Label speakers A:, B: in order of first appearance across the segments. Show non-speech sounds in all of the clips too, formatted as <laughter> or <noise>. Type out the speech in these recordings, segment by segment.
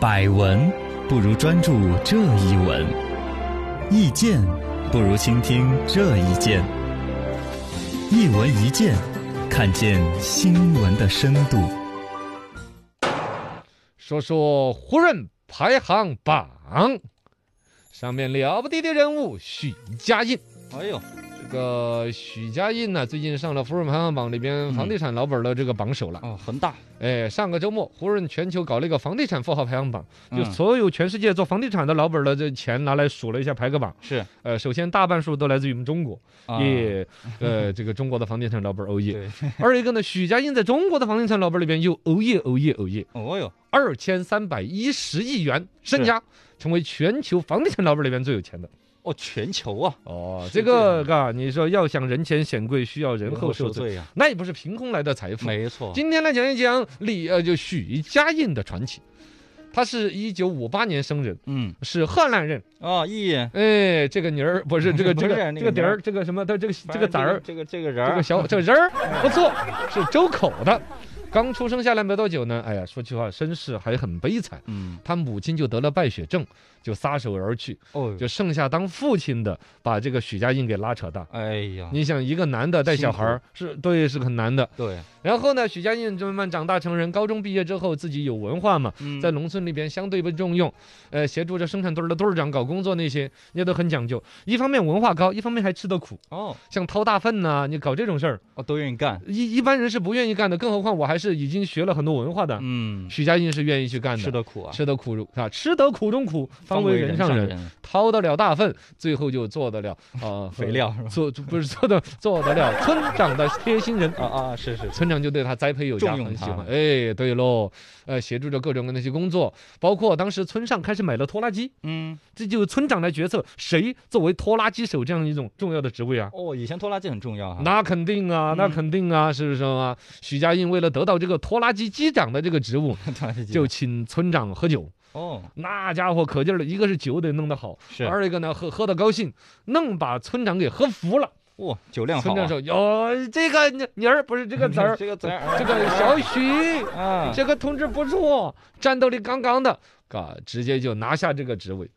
A: 百闻不如专注这一闻，意见不如倾听这一见。一闻一见，看见新闻的深度。
B: 说说胡润排行榜，上面了不地的人物许家印。
A: 哎呦，
B: 这个许家印呢、最近上了胡润排行榜里边房地产老板的这个榜首了。
A: 哦，恒大，
B: 哎，上个周末胡润全球搞了一个房地产富豪排行榜，就
A: 嗯
B: 所有全世界做房地产的老板的这钱拿来数了一下排个榜。
A: 是
B: 呃，首先大半数都来自于我们中国，
A: 啊
B: 也呃这个中国的房地产老板欧耶。
A: <laughs> 对，
B: 二一个呢，许家印在中国的房地产老板里边又欧耶欧耶欧耶。
A: 哦呦，
B: 二千三百一十亿元身家，成为全球房地产老板里面最有钱的。
C: 哦，全球啊，
B: 哦
C: 是
B: 这
C: 这样
B: 个
C: 的
B: 嘎，你说要想人前显贵，需要人后受罪，
C: 罪呀、
B: 那也不是凭空来的财富。
C: 没错，
B: 今天来讲一讲李呃，就许家印的传奇。他是一九五八年生人，
C: 嗯，
B: 是河南人。
C: 哦，一
B: 哎，这个妮儿 <laughs> 不是这个
C: 不
B: 这
C: 是
B: 个
C: 那个
B: 这个底
C: 妮
B: 儿
C: 儿
B: 这个什么，他这个这个崽儿
C: 这个这个人
B: 这
C: 儿
B: 个，小这个人儿不错，是周口的。刚出生下来没多久呢，哎呀，说句话，身世还很悲惨。
C: 嗯，
B: 他母亲就得了败血症，就撒手而去，
C: 哦，
B: 就剩下当父亲的把这个许家印给拉扯大。
C: 哎呀，
B: 你想，一个男的带
C: 辛
B: 小孩儿是对是很难的。
C: 对，
B: 然后呢，许家印就慢慢长大成人，高中毕业之后自己有文化嘛，
C: 嗯
B: 在农村里边相对被重用，呃，协助着生产队儿的队儿长搞工作那些，也都很讲究。一方面文化高，一方面还吃得苦，
C: 哦，
B: 像掏大粪呐、你搞这种事儿，
C: 哦，都愿意干，
B: 一一般人是不愿意干的，更何况我还是已经学了很多文化的。
C: 嗯，
B: 许家印是愿意去干的，
C: 吃的苦啊，
B: 吃得苦中啊，吃得苦中苦，方为人上人，
C: 人，
B: 掏得了大粪，最后就做得了啊、呃
C: <laughs> 肥，料是吧？
B: 做不是做的做得
C: <laughs>
B: 了村长的贴心人。
C: 啊啊，是
B: <laughs>
C: 是是，
B: 村长就对他栽培有加，
C: 重用
B: 很喜
C: 他
B: 欢。哎，对喽，呃，协助着各种各样的一些工作，包括当时村上开始买了拖拉机，
C: 嗯，
B: 这就村长来决策谁作为拖拉机手这样一种重要的职位啊。
C: 哦，以前拖拉机很重要啊，
B: 那肯定啊，那
C: 嗯
B: 肯定啊，是不是啊？许家印为了得到这个拖拉机机长的这个职务，
C: <laughs> 拖拉机
B: 就请村长喝酒，
C: 哦，
B: 那家伙可劲儿了，一个是酒得弄得好，
C: 是，
B: 二一个呢，喝喝的高兴，弄把村长给喝服了。
C: 哇，酒量好
B: 村长
C: 啊，
B: 说：“哟，这个妮妮儿不是这个子
C: <laughs>
B: 儿，
C: 这个子儿，
B: 这个小许，
C: 啊，
B: 这个同志不错，战斗力杠杠的，嘎，直接就拿下这个职位。”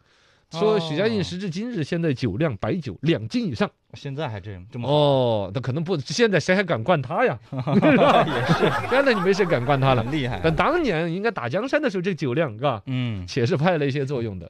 B: 说许家印
C: 哦
B: 时至今日，现在酒量白酒两斤以上
C: 现在还这样这么好，
B: 哦，那可能不，现在谁还敢灌他呀？
C: <laughs> 也
B: <laughs>
C: 是
B: 现在你没谁敢灌他了，
C: 很厉害啊，
B: 但当年应该打江山的时候，这酒量，嘎，
C: 嗯，
B: 且是派了一些作用的。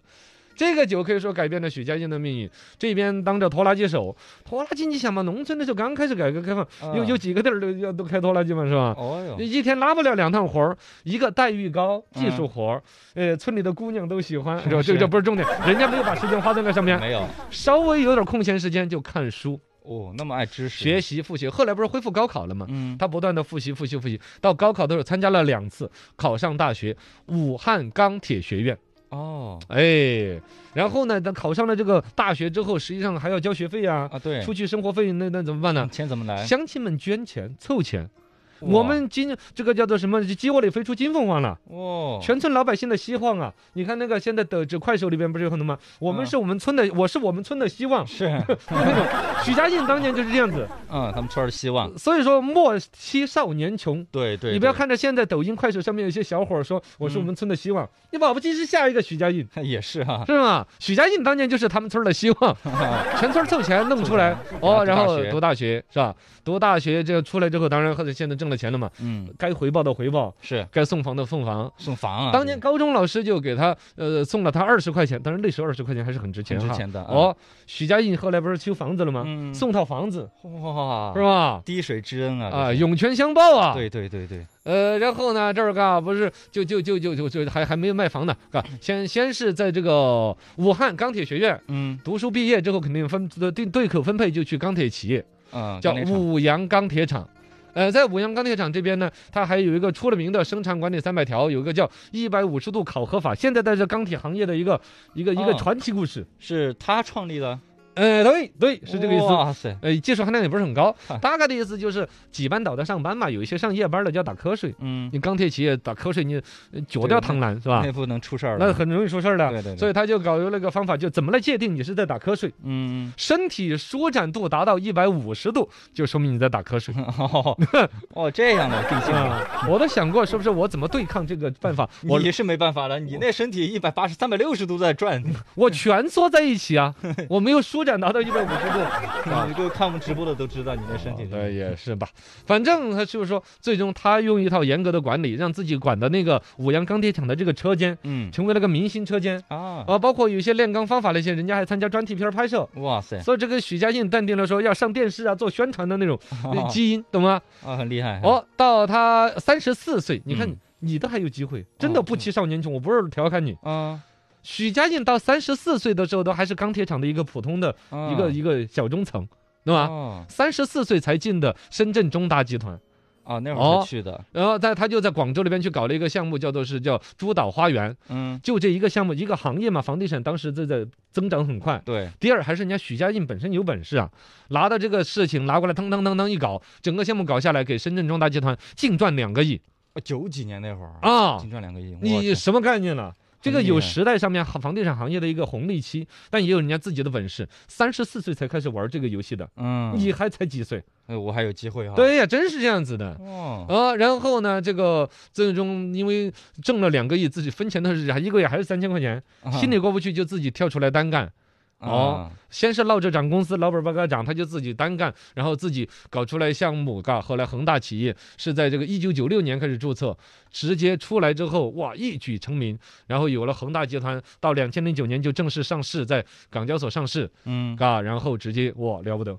B: 这个酒可以说改变了许家印的命运。这边当着拖拉机手，拖拉机你想嘛，农村那时候刚开始改革开放，有有
C: 啊，
B: 几个地儿都要都开拖拉机嘛，是吧？
C: 哦哟，
B: 一天拉不了两趟活儿，一个待遇高，
C: 嗯
B: 技术活儿，呃，村里的姑娘都喜欢，
C: 是
B: 这这
C: 是
B: 这不是重点，人家没有把时间花在那上面，
C: 没有，
B: 稍微有点空闲时间就看书、
C: 哦，那么爱知识，
B: 学习、复习。后来不是恢复高考了吗？
C: 嗯，
B: 他不断的复习、复习、复习，到高考的时候参加了两次，考上大学武汉钢铁学院。
C: 哦
B: 哎，然后呢，等考上了这个大学之后，实际上还要交学费啊，
C: 啊，对，嗯
B: 出去生活费，那那怎么办呢？
C: 钱怎么来？
B: 乡亲们捐钱凑钱，
C: 哇
B: 我们金这个叫做什么？鸡窝里飞出金凤凰了，
C: 哦，
B: 全村老百姓的希望啊！你看那个现在的这快手里边不是有很多吗？我们
C: 嗯。
B: 是我们村的，我是我们村的希望 <laughs>
C: 是，
B: 许家印当年就是这样子，
C: 嗯，他们村儿的希望，
B: 所以说莫欺少年穷。
C: 对对，
B: 你不要
C: 对，嗯
B: 看着现在抖音、快手上面有些小伙儿说我是我们村的希望，你保不齐是下一个许家印，
C: <laughs> 也是啊哈，
B: 是吗？许家印当年就是他们村儿的希望。全村凑钱弄
C: <laughs>
B: 出来哦，然
C: 然后
B: 后读
C: 啊读
B: 大学是吧？读大学这出来之后，当然或者现在挣了钱了嘛，
C: 嗯，
B: 该回报的回报，
C: 是
B: 该送房的送房。
C: 送房啊，
B: 当年高中老师就给他呃送了他二十块钱，当然那时候二十块钱还是很值
C: 这
B: 钱
C: 个挺
B: 哈
C: 值。钱的，啊
B: 哦，许家印后来不是修房子了吗？
C: 嗯，
B: 送套房子
C: 嗯哇
B: 是，吧？
C: 滴水之恩啊，
B: 啊，
C: 这是
B: 涌泉相报啊！，
C: 对对对对，
B: 呃，然后呢，这儿嘎不是就就就就就就还还没有卖房呢，嘎，先先是在这个武汉钢铁学院
C: 嗯
B: 读书毕业之后，肯定分对对口分配就去钢铁企业，
C: 嗯，
B: 叫
C: 钢铁厂
B: 五羊钢铁厂。呃，在五羊钢铁厂这边呢，它还有一个出了名的生产管理三百条，有一个叫一百五十度考核法，现在在这钢铁行业的一个一个一个
C: 哦
B: 传奇故事。
C: 是他创立的，
B: 呃，对对，是这个意思。
C: 哇塞，，
B: 呃，技术含量也不是很高大概的意思就是几班倒在上班嘛，有一些上夜班的就要打瞌睡。
C: 嗯，
B: 你钢铁企业打瞌睡，你呃脚掉螳螂是吧
C: 内？部能出事儿了，
B: 那很容易出事儿的。
C: 对对对，
B: 所
C: 以
B: 以他就搞出了一个方法，就怎么来界定你是在打瞌睡？
C: 嗯，
B: 身体舒展度达到一百五十度，就说明你在打瞌睡。 <laughs>
C: 哦，哦这样的定性啊，
B: 啊，我都想过是不是我怎么对抗这个办法？我
C: <laughs> 你是没办法了，你那身体一百八十、三百六十度在转，你
B: 我蜷缩在一起
C: <laughs>
B: 啊，我没有舒展达到一百五十度。
C: 就看我们直播的都知道你那身体。
B: 对，也是吧。反正他就是说，最终他用一套严格的管理，让自己管的那个五羊钢铁厂的这个车间
C: 嗯
B: 成为了个明星车间
C: 啊，
B: 啊，包括有一些炼钢方法那些，人家还参加专题片拍
C: <laughs>
B: 摄。
C: 哇塞，
B: 所以这个许家印淡定了说要上电视啊，做宣传的
C: <laughs>
B: 那种呃基因，懂吗？
C: 啊，很厉害。，
B: 哦，到他三十四岁，你看
C: 嗯哦
B: 你都还有机会，真的不欺少年穷，我不是调侃你。
C: 啊，
B: 许家印到三十四岁的时候，都还是钢铁厂的一个普通的
C: 嗯
B: 一个一个小中层，懂吗？
C: 啊
B: 三十四岁才进的深圳中达集团，
C: 啊，那会儿才去的，
B: 然后在他就在广州那边去搞了一个项目，叫做是叫珠岛花园，
C: 嗯，
B: 就这一个项目一个行业嘛，房地产当时正在增长很快。
C: 对，
B: 第二还是人家许家印本身有本事啊，拿到这个事情拿过来，当当当当一搞，整个项目搞下来，给深圳中达集团净赚两个亿
C: 哦九几年那会儿，
B: 啊！
C: 净赚两个亿，我
B: 你
C: 天
B: 什么概念了？这个
C: 很厉
B: 有
C: 害
B: 时代上面行房地产行业的一个红利期，但也有人家自己的本事。三十四岁才开始玩这个游戏的，
C: 嗯，
B: 你还才几岁？
C: 哎我还有机会哈。，
B: 对呀，真是这样子的。
C: 哦，
B: 啊，然后呢，这个最终因为挣了两个亿，自己分钱的时候，一个月还是三千块钱，心里过不去，就自己跳出来单干。哦
C: 啊，
B: 先是闹着涨公司，老板不给他涨，他就自己单干，然后自己搞出来项目，嘎。后来恒大企业是在这个一九九六年开始注册，直接出来之后，哇，一举成名，然后有了恒大集团，到两千零九年就正式上市，在港交所上市，
C: 嗯，
B: 嘎，然后直接哇了不得，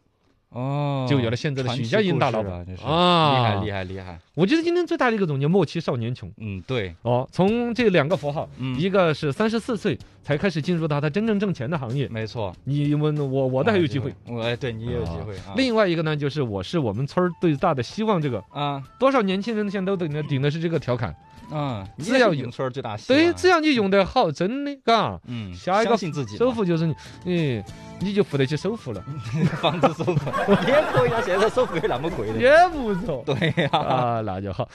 C: 哦，
B: 就有了现在的
C: 传
B: 许
C: 奇
B: 家印
C: 故
B: 大
C: 事
B: 老
C: 啊
B: 板
C: 这是厉害
B: 啊，
C: 厉
B: 害！
C: 害厉害，
B: 我觉得今天最大的一个总结，莫欺少年穷。
C: 嗯，对，
B: 哦，从这两个符号，
C: 嗯，
B: 一个是三十四岁才开始进入到他真正挣钱的行业，
C: 没错，
B: 你们我我的还有机会。，
C: 我哎，对你也有机
B: 啊
C: 会啊。
B: 另外一个呢，就是我是我们村儿最大的希望，这个
C: 啊，
B: 多少年轻人现在都顶着顶的是这个调侃，
C: 嗯，你
B: 只
C: 也
B: 要
C: 是
B: 有
C: 永春儿最大希
B: 对，
C: 望
B: 这样就用得好，真的，嘎，
C: 嗯，
B: 下一个
C: 相信自己吧，嗯
B: 首付就是你，嗯，你就付得起首付了，
C: 房子首付 <laughs> 也可以啊，现在首付也那么贵的。
B: 也不错
C: 对呀、
B: 啊，那就好。